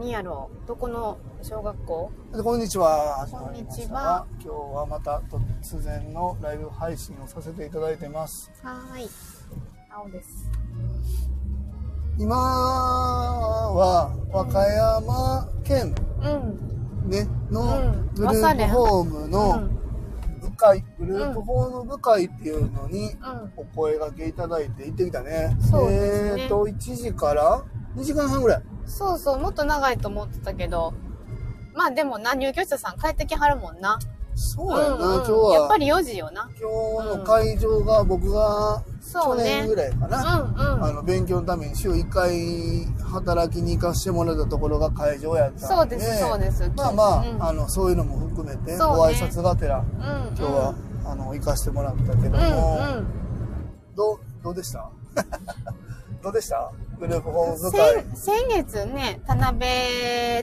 何やろうどこの小学校でこんにちは始まりまこんにしちたは今日はまた突然のライブ配信をさせていただいてますはーい青です今は和歌山県、うんねのうんグループホームうのん部会、グループホーム部会っていうのうにんお声がけいただいて行ってきたねそうですねえっ、と1時から2時間半ぐらいそうそうもっと長いと思ってたけどまあでもな入居者さん帰ってきはるもんなそうやな、んん今日やっぱはり4時よな今日の会場が僕がそ去うね年ぐらいかな、うんうあんの勉強のために週1回働きに行かしてもらったところが会場やったんでそうですそうですまあまあ,、うんあのそういうのも含めてそうねご挨拶がてらうん今今日は、あの行かしてもらったけどうんも、うんどうどうでした どうでしたグループホーム部会先先月ね田辺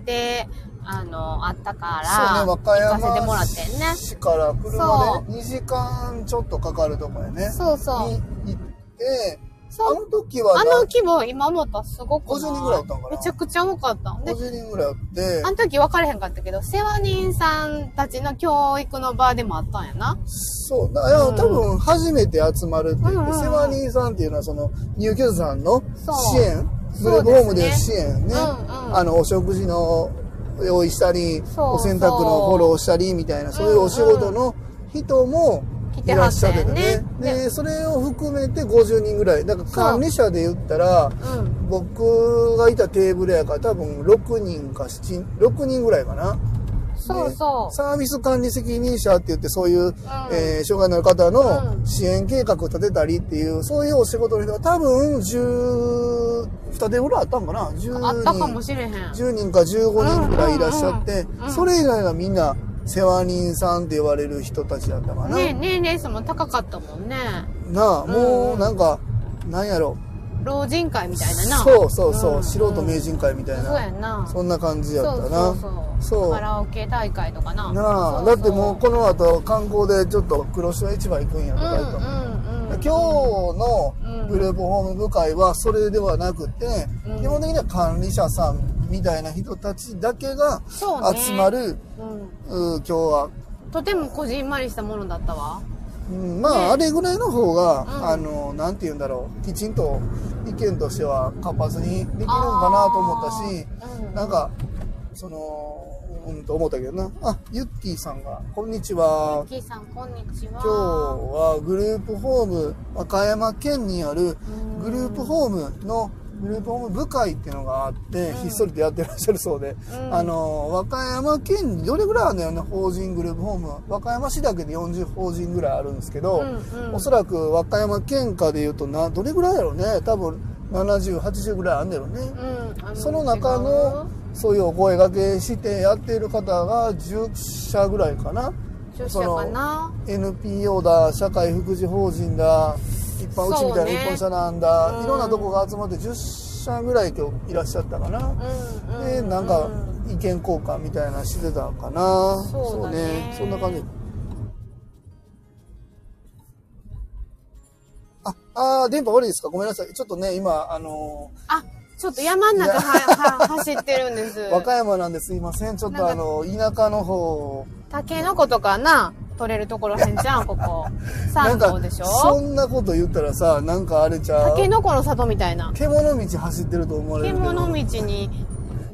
であのあったからそうね和歌行かせてもら山ってんね市からそ車で2時間ちょっとかかるとこやねそうそうに行ってあそうの時はあのな規模、今思ったらすごくない50人ぐらいおったんかなめちゃくちゃ多かった。で、 50人ぐらいあってあの時分かれへんかったけど、世話人さんたちの教育の場でもあったんやな。そう、だからうん多分初めて集まるって言って、うんうんうん世話人さんっていうのはその入居者さんのそう支援、グルそーうですねプホームで支援ね、うんうんあのお食事の用意したり、そうお洗濯のフォローしたりみたいな、そういうお仕事の人も来いてらはっっしゃたってんてやねね。。で、それを含めて50人ぐらい。だから管理者で言ったら、うん。僕がいたテーブルやから多分6人か7人、6人ぐらいかな。そうそサービス管理責任者って言ってそういう、えー障害のある方うのん支援計画を立てたりっていうそういうお仕事の人が多分10二手ぐらいあったんかう。なあったか10も人しれへん。 10人か15人ぐらいいらっしゃって、うんうんうんうんそれ以外はみんな世話人さんって言われる人たちだったかな、ね年齢層も高かったもんね。なあうんもうなんか、なんやろ老人会みたいなな。そうそうそう、うん素人名人会みたいそうな、やな。そんな感じやったなそうそうそうそう。カラオケ大会とかな。なあそだってもうこの後観光でちょっと黒潮市場行くんやとうかん言ったもんうんうん。今日のうんグループホーム部会はそれではなくて、うん基本的には管理者さんみたいな人たちだけがそうね集まる、うん。うん今日は、とてもこじんまりしたものだったわ。うんまあ、ねあれぐらいの方が、うんあのなんて言うんだろうきちんと意見としては活発にできるんかなと思ったしあー、うなんかそのうんと思ったけどなあゆっきーさんが「こんにちは」キーさんこんにちは今日はグループホーム和歌山県にあるグループホームのグループホーム部会っていうのがあって、うんひっそりとやってらっしゃるそうで、うんあの和歌山県にどれぐらいあるんだよね法人グループホーム和歌山市だけで40法人ぐらいあるんですけど、うんうんおそらく和歌山県下でいうとなどれぐらいやろうね多分7080ぐらいあるんだろうね、うんあその中のそういうお声がけしてやっている方が10社ぐらいかな、違う出社かな NPO だ社会福祉法人だ一般うちみたいな一般社団そだ、うねうんいろんなとこが集まって10社ぐらい今日いらっしゃったかな、うんうんでなんか意見交換みたいなしてたかなそうだねそんな感じああー電波悪いですかごめんなさいちょっとね今あのーあちょっと山の中はは走ってるん です和歌山なんですいませんちょっとあの田舎の方タケノコとかな取れるところへんじゃんここ な山んか道でしそょんなこと言ったらさなんかあれちゃタうケノコの里みたいな獣道走ってると思われるけど獣道に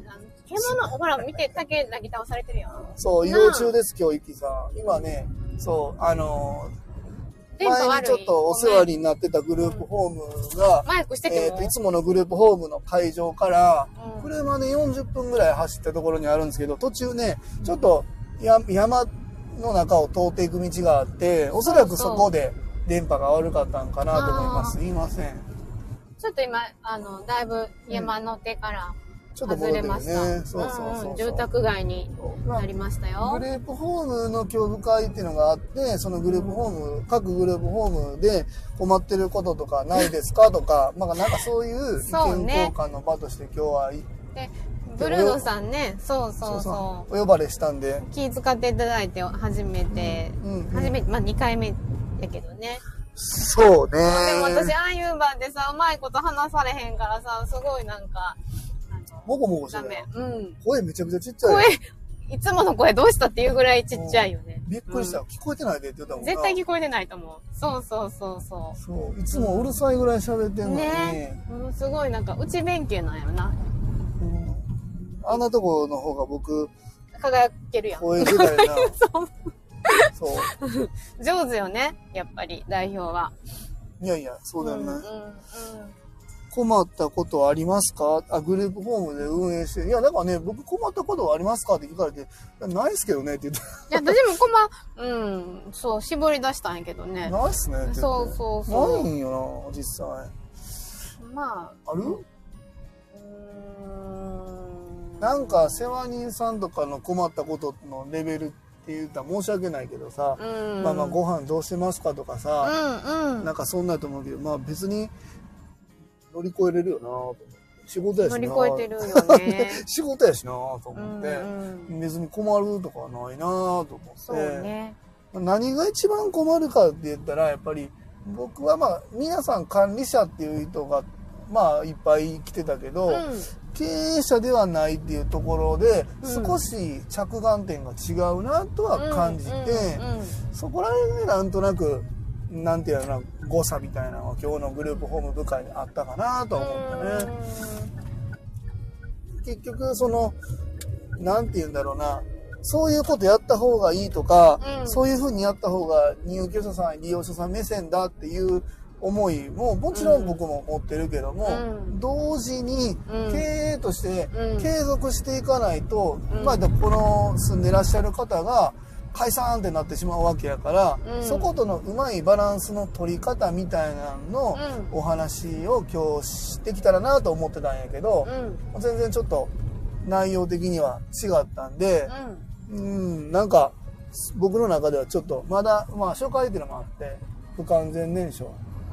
あの獣ほら見て竹なぎ倒されてるやんそう移なあ動中です今日一輝さん今ねそうあのー電波前悪にいちょっとお世話になってたグループホームごめがん、マイクしててえーも、といつものグループホームの会場からうん車で40分ぐらい走ったところにあるんですけど途中ねちょっとや山の中を通っていく道があっておそらくそこで電波が悪かったんかなと思いますあすいませんちょっと今あのだいぶ山の手からちょっと戻外ってれるねました、そうそうそうそう、うんうん住宅街になりましたよグループホームの協議会っていうのがあって、そのグループホーム、各グループホームで困ってることとかないですかとか、まあなんかそういう意見そうね交換の場として今日は、でブルーノさんねそうそうそううお呼ばれしたんで、気遣っていただいて初めて、うんうん初めてまあ2回目やけどね、そうね。でも私ああいう場でさうまいこと話されへんからさすごいなんかあな。もこもこしてダたメよ。。うん。声めちゃくちゃちっちゃいよ声、いつもの声どうしたっていうぐらいちっちゃいよね。びっくりした。聞こえてないでって言ったもんな。絶対聞こえてないと思う。そうそうそうそそう。いつもうるさいぐらい喋ってんのに。ねう。ものすごいなんか、内弁慶なんやろな。うんあんなとこの方が僕、輝けるやん。声出たいな。 そうそう。上手よね。やっぱり、代表は。いやいや、そうだよね。んうんうん困ったことありますかあ、グループホームで運営して。いや、だからね、僕困ったことはありますかって聞かれて、いやないっすけどねって言っいや、私もこんばうん、そう、絞り出したんやけどて、ね。ないっすねって言って。そうそうそうないんよな、実際。まあるあ、うーん。なんか、世話人さんとかの困ったことのレベルって言ったら申し訳ないけどさ、うん。まあまあ、ご飯どうしてますかとかさ、うんうん。なんかそんなやと思うけど、まあ別に乗り越えれるよなぁと思って。仕事やしな乗り越えてる。。るよね仕事やしなぁとう思んっうて、ん。別に困るとかはないなぁと思そうって、ね。何が一番困るかって言ったら、やっぱり僕はまあ皆さん管理者っていう人がまあいっぱい来てたけど、う経営者ではないっていうところで、うん少し着眼点が違うなとん。は感じて、うんうんそこら辺でなんとなく、なんていうのかな、誤差みたいなのが今日のグループホーム部会であったかなとは思ったね。結局、その、なんていうんだろうな、そういうことやった方がいいとか、うんそういうふうにやった方が入居者さん、利用者さん目線だっていう思いも、もちろん僕も持ってるけども、うん同時にうん経営としてうん継続していかないと、うんまあ、だこの住んでらっしゃる方が解散ってなってしまうわけやから、うんそことのうまいバランスの取り方みたいなののお話を今日してきたらなと思ってたんやけどうん。う、ん。うん。全然ちょっと内容的には違ったんで、うん、なんか僕の中ではちょっとまだ、まあ、初回っていうのもあって不完全燃焼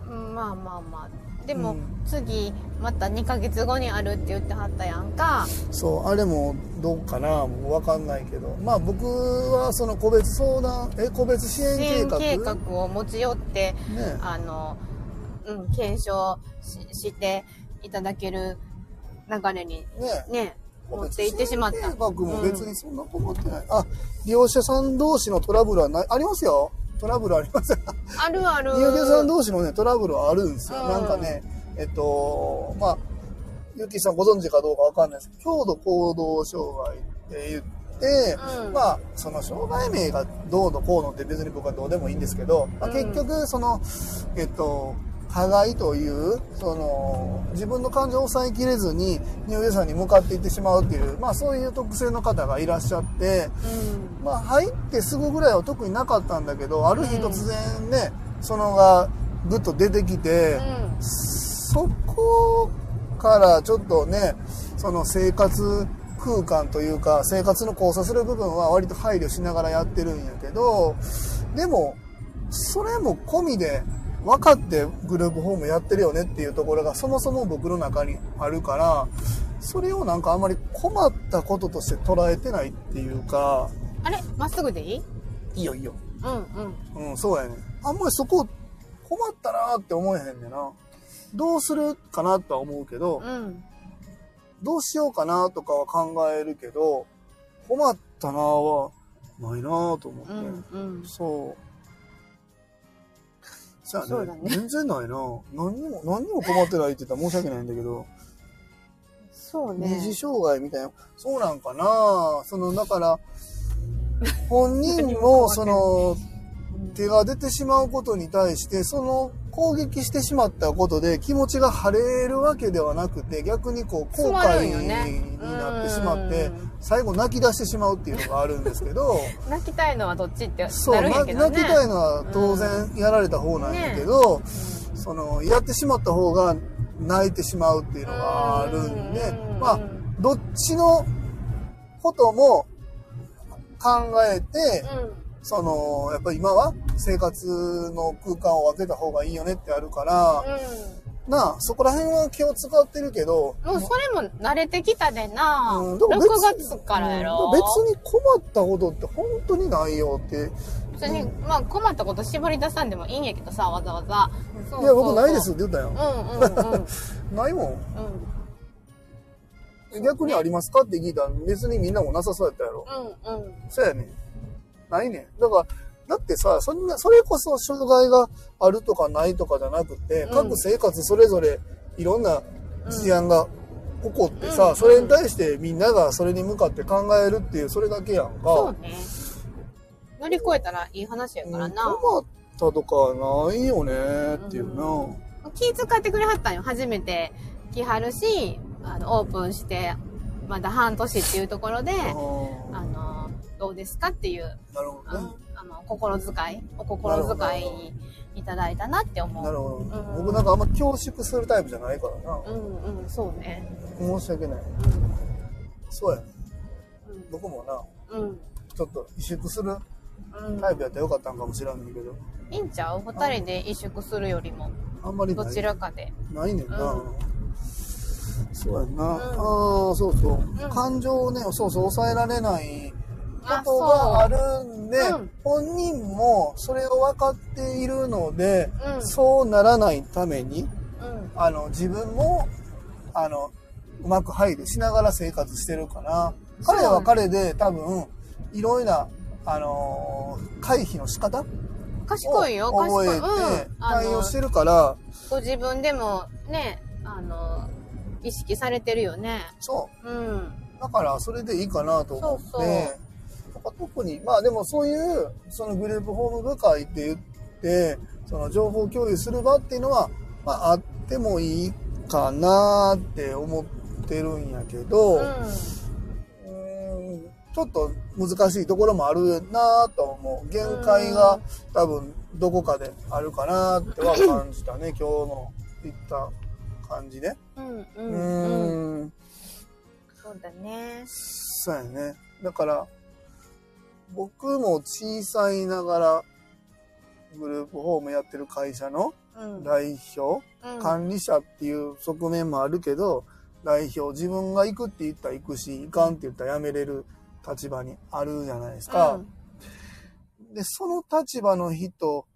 うんまあまあまあ。でも、うん次、また2ヶ月後にあるって言ってはったやんか。そうあれもどうかなもう分かんないけどまあ僕はその個別相談え個別支支援計援画計画を持ち寄って、ねあの、うん、検証ししていただける流れにねね、持っていってしまっ個た。別支援計画も別にそんな困ってない、あ利用者さん同士のトラブルはないありますよトラブルありますよあるある。入居者さん同士のね、トラブルはあるんですよ。うんなんかね、えっと、まあ、ゆきさんご存知かどうかわかんないですけど、強度行動障害って言って、うんまあ、その障害名がどうのこうのって別に僕はどうでもいいんですけど、まうあ、ん結局、その、えっと、加害という、その、自分の感情を抑えきれずに、入居者さんに向かっていってしまうっていう、まあそういう特性の方がいらっしゃって、うん。まあ、入ってすぐぐらいは特になかったんだけど、ある日突然ね、そのがぐっと出てきて、うん。そこからちょっとね、その生活空間というか、生活の交差する部分は割と配慮しながらやってるんやけど、でも、それも込みで分かってグループホームやってるよねっていうところがそもそも僕の中にあるから、それをなんかあんまり困ったこととして捉えてないっていうか、あれまっすぐでいいいいよいいよ。うんうん。うん、そうやね。あんまりそこ困ったなーって思えへんねんな。どうするかなとは思うけど、うん。どうしようかなとかは考えるけど、困ったなーはないなーと思って。うんうん。そう。そうそやうねだね全然ないな。何にも、何にも困ってないって言ったら申し訳ないんだけど、そう二ね。次障害みたいな、そうなんかなその、だ から、本人何も困っも、てそないの、うん手が出てしまうことに対して、その攻撃してしまったことで気持ちが晴れるわけではなくて、逆にこう後詰まる悔んよにねなってしまってうん、最後泣き出してしまうっていうのがあるんですけ ど、泣きたいのはどっちってそなう、るんやなけ泣どね。きたいのは当然やられた方なんやけど、その、やってしまった方が泣いてしまうっていうのがあるんでうん、まあ、どっちのことも考えて、その、やっぱり今は生活の空間を分けた方がいいよねってあるから、なあ、そこら辺は気を使ってるけど、うん。うん。もうそれも慣れてきたでな。6うんでも別月からやろ。別に困ったことって本当にないよって。別に、まあ困ったこと絞り出さんでもいいんやけどさ、わざわざ。そういや、僕ないですそっうて言ったよそう。うんうんうん。ないもん。うん逆にありますかって聞いたら別にみんなもなさそうやったやろ。うんうん。そうやねん。ないねん。だから、だってさ、そんな、それこそ障害があるとかないとかじゃなくて、うん各生活それぞれいろんな事案が起こってさ、うんそれに対してみんながそれに向かって考えるっていう、それだけやんか。そうね。乗り越えたらいい話やからな。困ったとかないよねっていうな。う気遣ってくれはったんよ。初めて来はるし、あの、オープンして、まだ半年っていうところで、ああの、どうですかっていう、ーなるほあどねの。、あの心遣い、お心遣いにいただいたなって思う。なるほど、うん僕なんかあんま恐縮するタイプじゃないからな。うんうん、そうね。申し訳ない。そうやね。僕もな、うん。うん。ちょっと萎縮するうんタイプやったらよかったんかもしれんけど、いいんちゃう二人で萎縮するよりも、あんまりなどいちらかで。ないねんな。うんそうやんな。んああ、そうそう、ん感情をね、そうそう、抑えられないあことがあるんで、うん本人もそれを分かっているので、うんそうならないために、うん。あの、自分も、あの、うまく配慮しながら生活してるから、彼は彼で多分、いろいろな、あのー回避の仕方を賢いよ、覚賢い。えうてん。あ対応のしてるから、ご自分でもね、あの、意識されてるよね。そうん。う。だから、それでいいかなと思って、そうそうとか特に、まあでもそういう、そのグループホーム部会って言って、その情報共有する場っていうのは、まああってもいいかなって思ってるんやけうど、うーんちょっと難しいところもあるなぁと思う。限界が多分どこかであるかなっては感じたね、今日の言った感じね。ん。うん。う。うんうん。ーん、そうだね。そうやね。だから、僕も小さいながらグループホームやってる会社のうん。代表、うん管理者っていう側面もあるけど、代表、自分が行くって言ったら行くし、行かんって言ったらやめれる立場にあるじゃないですか。で、その立場の人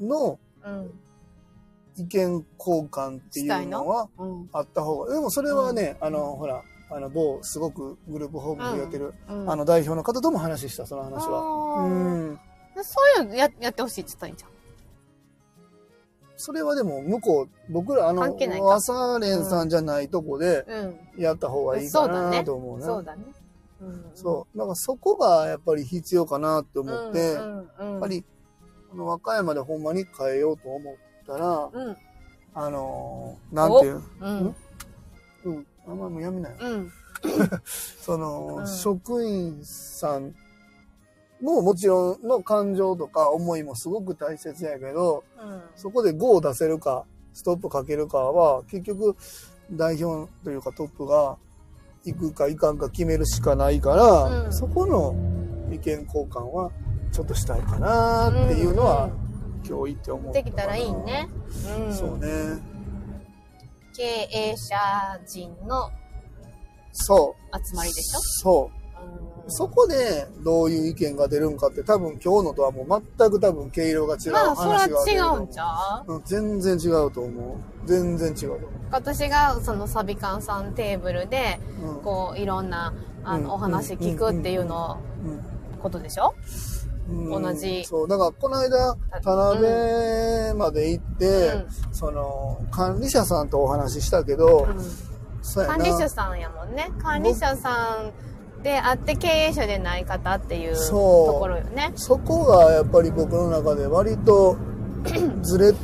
のうん。意見交換っていうのはうん。あった方が、でもそれはね、あの、ほら、あの、某、すごくグループホームでやってる、うん。あの、代表の方とも話した、その話は。あうー、ん。そういうのややってほしいって言ったらいいんじゃん。それはでも、向こう、僕ら、あの関係ない、か朝練さんじゃないとこでうやった方がいいかなと思うね。ん。そうだね。うん。そう。だからそこがやっぱり必要かなってう思ん。うん。って、うやっん。うん。やぱ。り、この和歌山でほんまに変えようと思ったら、うん。あのーなんていう、うん。うん、あんまもうやめない。うん。その、うん職員さんももちろんの感情とか思いもすごく大切やけど、うん。そこで5を出せるか、ストップかけるかは、結局、代表というかトップが、行くか行かんか決めるしかないから、うんそこの意見交換は、ちょっとしたいかなっていうのは、今日言って思うっん。たでかきなたらいい。ね。うん。そうね。経営者人のそう。集まりでしょそう。そこで、どういう意見が出るんかって、多分今日のとはもう全く多分毛色が違う話がまあ、そら出ると思違うんちゃううん全然違うと思う。全然違うと私がそのサビカンさんテーブルで、思う。こう、いろんな、あうんの、お話聞くっていうのうんうんことでしょうん同じそう、だからこの間、田辺まで行って、その、管理者さんとお話ししたけど、うんうんそうやな管理者さんやもんね。管理者さんであって経営者でない方っていうとそうころよね。そこがやっぱり僕の中で割 とずれて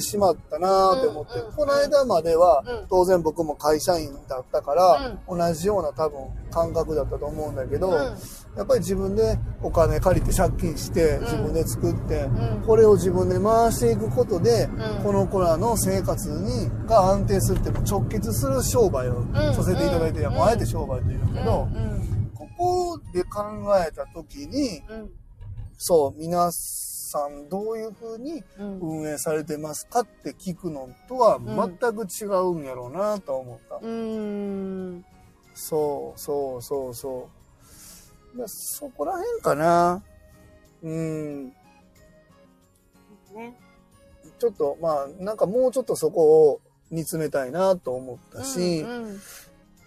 しまったなって思って、うんうんこの間まではうん当然僕も会社員だったから、同じような多分感覚だったと思うんだけど、うん。やっぱり自分でお金借りて借金してん自分で作って、うんこれを自分で回していくことで、んこの子らの生活にが安定するってもう直結する商売をさせていただいうて、んいやもうあえて商売というけど、うん。ここで考えた時にうん。そう皆さんどういうふうにうん。うん運営されてますかって聞くのとは全く違うんやろうなと思った、うん。そうそうそうそういやそこら辺かなうんね。ちょっとまあなんかもうちょっとそこを煮詰めたいなと思ったし、うんうん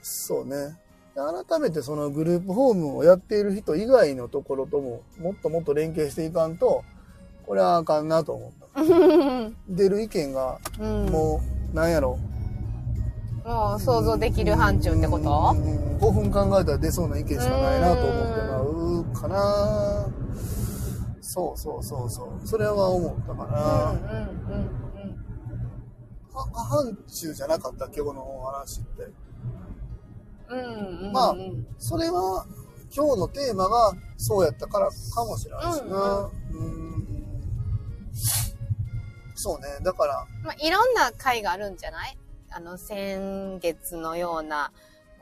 そうね。で改めてそのグループホームをやっている人以外のところとも、もっともっと連携していかんと、これはあかんなと思った。出る意見が、うん、ももう、なんやろ。う想像できる範疇ってことうんうんうん ?5 分考えたら出そうな意見しかないなと思ってな、うーかなそうそうそうそう。それは思ったかうんな。うんは範疇じゃなかったっけこのお話って。うんうんうんまあうんうんそれは今日のテーマがそうやったからかもしれないしな。うんそうね。だから、まあ、いろんな回があるんじゃないあの、先月のような、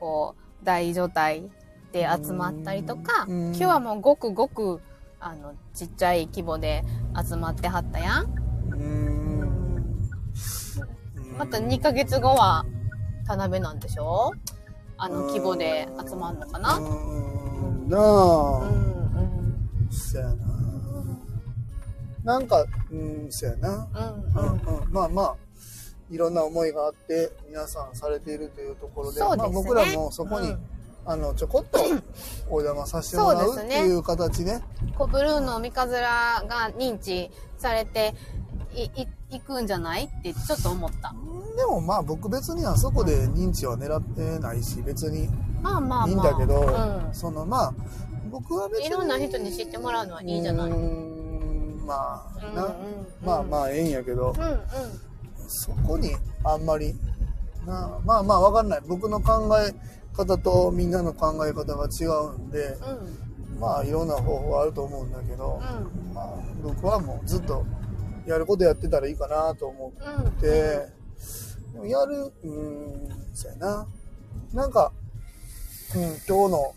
こう、大所帯で集まったりとか、うん今日はもうごくごく、あの、ちっちゃい規模で集まってはったやん。うん。また2ヶ月後は、田辺なんでしょあの規模で集まるのかなうんなうあ、ん、そやな。なんか、うん、そやな。うん、ううんん、うん、まあまあ。いろんな思いがあって皆さんされているというところでそうですねまあ、僕らもそこに、うんあのちょこっとお邪魔させてもらうそうっですてねいう形ねうん。こう、ブルーの三日面が認知されてい、い、いくんじゃないってちょっと思った。でもまあ僕別にあそこで認知は狙ってないし別にまあまあまあ。いいんだけど、うんそのまあ僕は別にいろんな人に知ってもらうのはいいじゃないうーんまあな、まあまあ。あええんやけどうんうん。そこにあんまりなまあまあわかんない僕の考え方とみんなの考え方が違うんでうんまあいろんな方法はあると思うんだけど、うまあ僕はもうずっとやることやってたらいいかなと思う。んうん。で、でもやる、うーん、そうやな。なんか、うん、今日の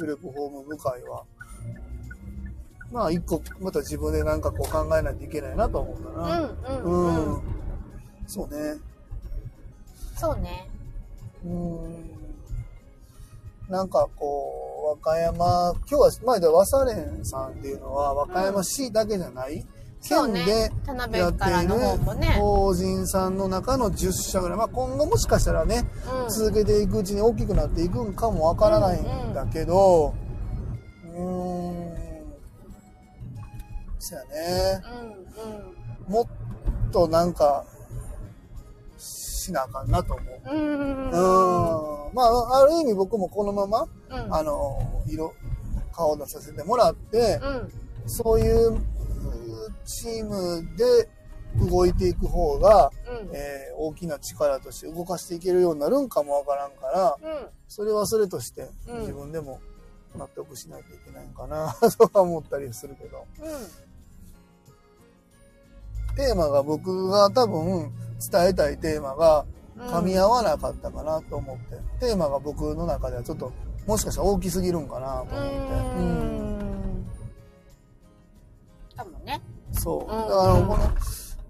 グループホーム部会は、まあ一個、また自分でなんかこう考えないといけないなと思ううかんな。ううんん。うん。そうね。そうね。うーん。なんかこう、和歌山、今日は前で和サレンさんっていうのは和歌山市だけじゃない、そう県で、ね。田や辺ってからいるの方もね。法人さんの中の10社ぐらい、まあ、今後もしかしたらね、うん続けていくうちに大きくなっていくんかもわからないんだけどうーんそうやねもっとなんかしなあかんなと思う。うんうん。うん。うんまあ、ある意味僕もこのまま、うん。あの、色、顔出させてもらって、うん。そういううチームで動いていく方が、うん。えー大きな力として動かしていけるようになるんかもわからんから、うん。それはそれとしてうん自分でも納得しないといけないんかな とは思ったりするけど。うん。テーマが僕が多分伝えたいテーマがうん噛み合わなかったかなと思って、テーマが僕の中ではちょっともしかしたら大きすぎるんかなと思って。ううんん。かもね。そう。んだからこの、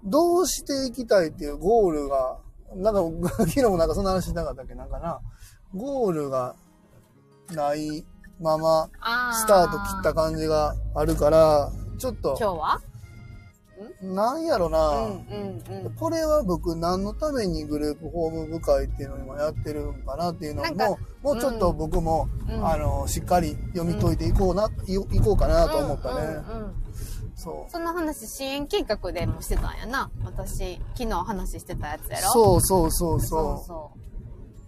どうしていきたいっていうゴールが、なんか、 昨日もなんかそんな話しなかったっけなんかな、ゴールがないまま、ああ。スタート切った感じがあるから、ちょっと、今日はなんやろうな、んうんうん。これは僕何のためにグループホーム部会っていうのを今やってるんかなっていうのなんかも、もうちょっと僕も、うんあの、しっかり読み解いていこうな、いいこうかなと思ったね。うんうんうんそう。その話支援計画でもしてたんやな私昨日話してたやつやろうそうそうそうそう。そ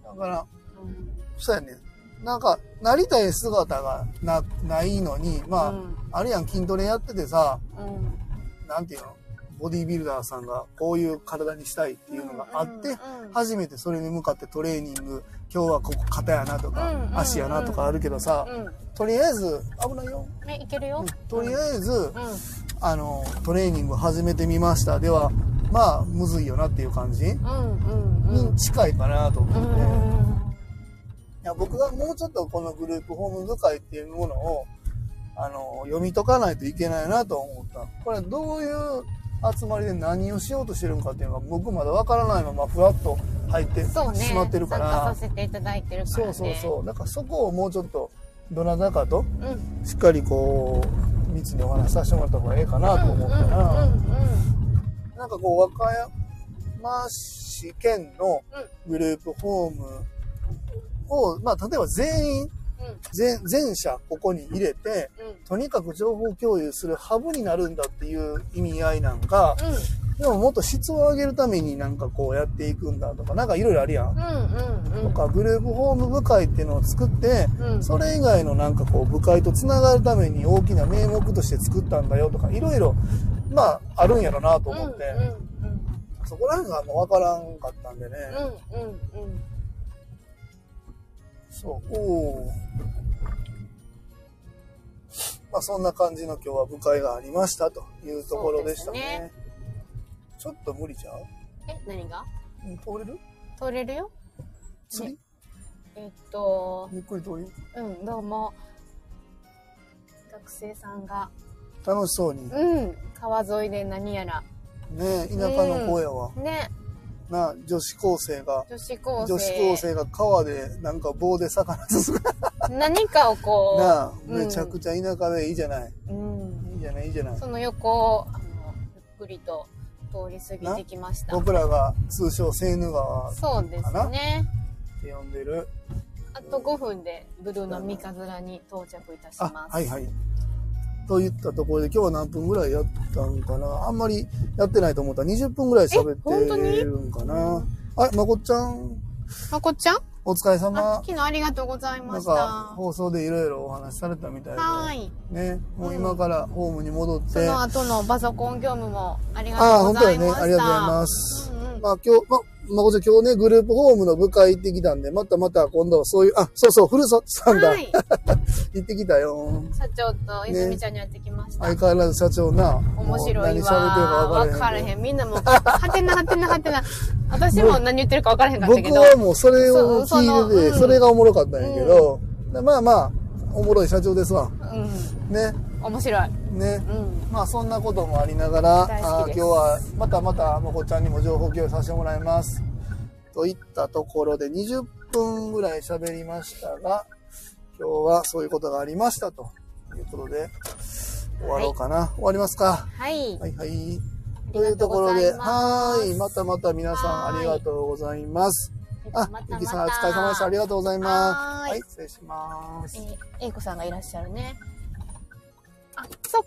だから、うそう、うんそうやね。なんか、なりたい姿がな、ないのに、まあ、うんあるやん、筋トレやっててさ、うん、なんていうの、ボディービルダーさんがこういう体にしたいっていうのがあって、うんうん初めてそれに向かってトレーニング、今日はここ肩やなとか、うんうん足やなとかあるけどさ、うんとりあえず、危ないよ。ねいけるよ、とりあえず、うんうんあの、トレーニング始めてみました。では、まあ、むずいよなっていう感じうんうんに近いかなと思うって。んいや僕がもうちょっとこのグループホーム部会っていうものをあの読み解かないといけないなと思ったこれどういう集まりで何をしようとしてるのかっていうのが僕まだわからないままふらっと入ってしそうねまってるか参ら加させていただいてるかそら、う,、ね、そうそうだからそこをもうちょっとどなたかとう、うん、しっかりこう密にお話しさせてもらった方がええかなと思ったら、うんうんなんかこう、和歌山市県のうんグループホームを、まあ、例えば全員、う全、全社ここに入れて、ん。うん。とにかく情報共有するハブになるんだっていう意味合いなんか、でももっと質を上げるためになんかこうやっていくんだとか、なんかいろいろあるやん。うん。うん。うとん。か、グループホーム部会っていうのを作って、うん。それ以外のなんかこう部会とつながるために大きな名目として作ったんだよとか、いろいろ、まあ、あるんやろなと思って、うん。うん。そこら辺があんまわからんかったんでね。うん。うん。うん。そう。おーまあそんな感じの今日は部会がありましたというところでしたね。そうでちょっと無理ちゃうえ、何がうん通れる取れるよ釣り、えっと、ゆっくり通りうん、どうも。学生さんが、楽しそうに。ねうん、川沿いで何やら。え田舎の子やわ。ね、なあ、女子高生が、女子高生。女子高生が川でなんか棒で魚すすが。何かをこう、なあ、うんめちゃくちゃ田舎でいいじゃない。うん、いいじゃない、いいじゃない。その横を、あの、ゆっくりと通り過ぎてきました。僕らが通称セーヌ川っそうですね。て呼んでる。あと5分でブルーの三日面に到着いたしあま、す。はいはい。といったところで今日は何分ぐらいやったんかなあんまりやってないと思ったら20分ぐらい喋え本当ってにるんかなあ、まこっちゃん、まこっちゃん、お疲れ様あ、。昨日ありがとうございなまんしかた。放送でいろいろお話しされたみたはいい。で。ね。もううん今からホームに戻っそて。のあ後のパソコン業務もありがあー、とうご本当ざだいよまね。した。ありがとうございます。うんうんまあ今日、ま、まこっちゃん今日ね、グループホームの部会行ってきたんで、またまた今度そういう、あ、そうそう、ふるさとさんだ。はい。行ってきたよ。社長と泉ちゃんに会ってきました。相変わらず社長な。面白いもう何喋ってるわ。かわ分かかららへんけどへん。みんなもう、はてなはてなはて な。私も何言ってるかわからへんかったけ僕ど。はもうそれをそうそ聞いてのうて、んそれがおもろかったんやけど、まあまあ、おもろい社長ですわ。うね、ん。面白い。ね。うん。まあそんなこともありながら、大あ好ーきで今日すはまたまたまこちゃんにも情報共有させてもらいます。といったところで20分ぐらい喋りましたが、今日はそういうことがありましたということで、終わろうかな。終わりますか。はい。はいあはい。といりうがととこうろござで、いますはーい。またまた皆さんありがとうございます。あ、またゆまきたさん、お疲れ様でした。ありがとうございます。はーいはい、失礼します。えー、英子さんがいらっしゃるね。あ、そっ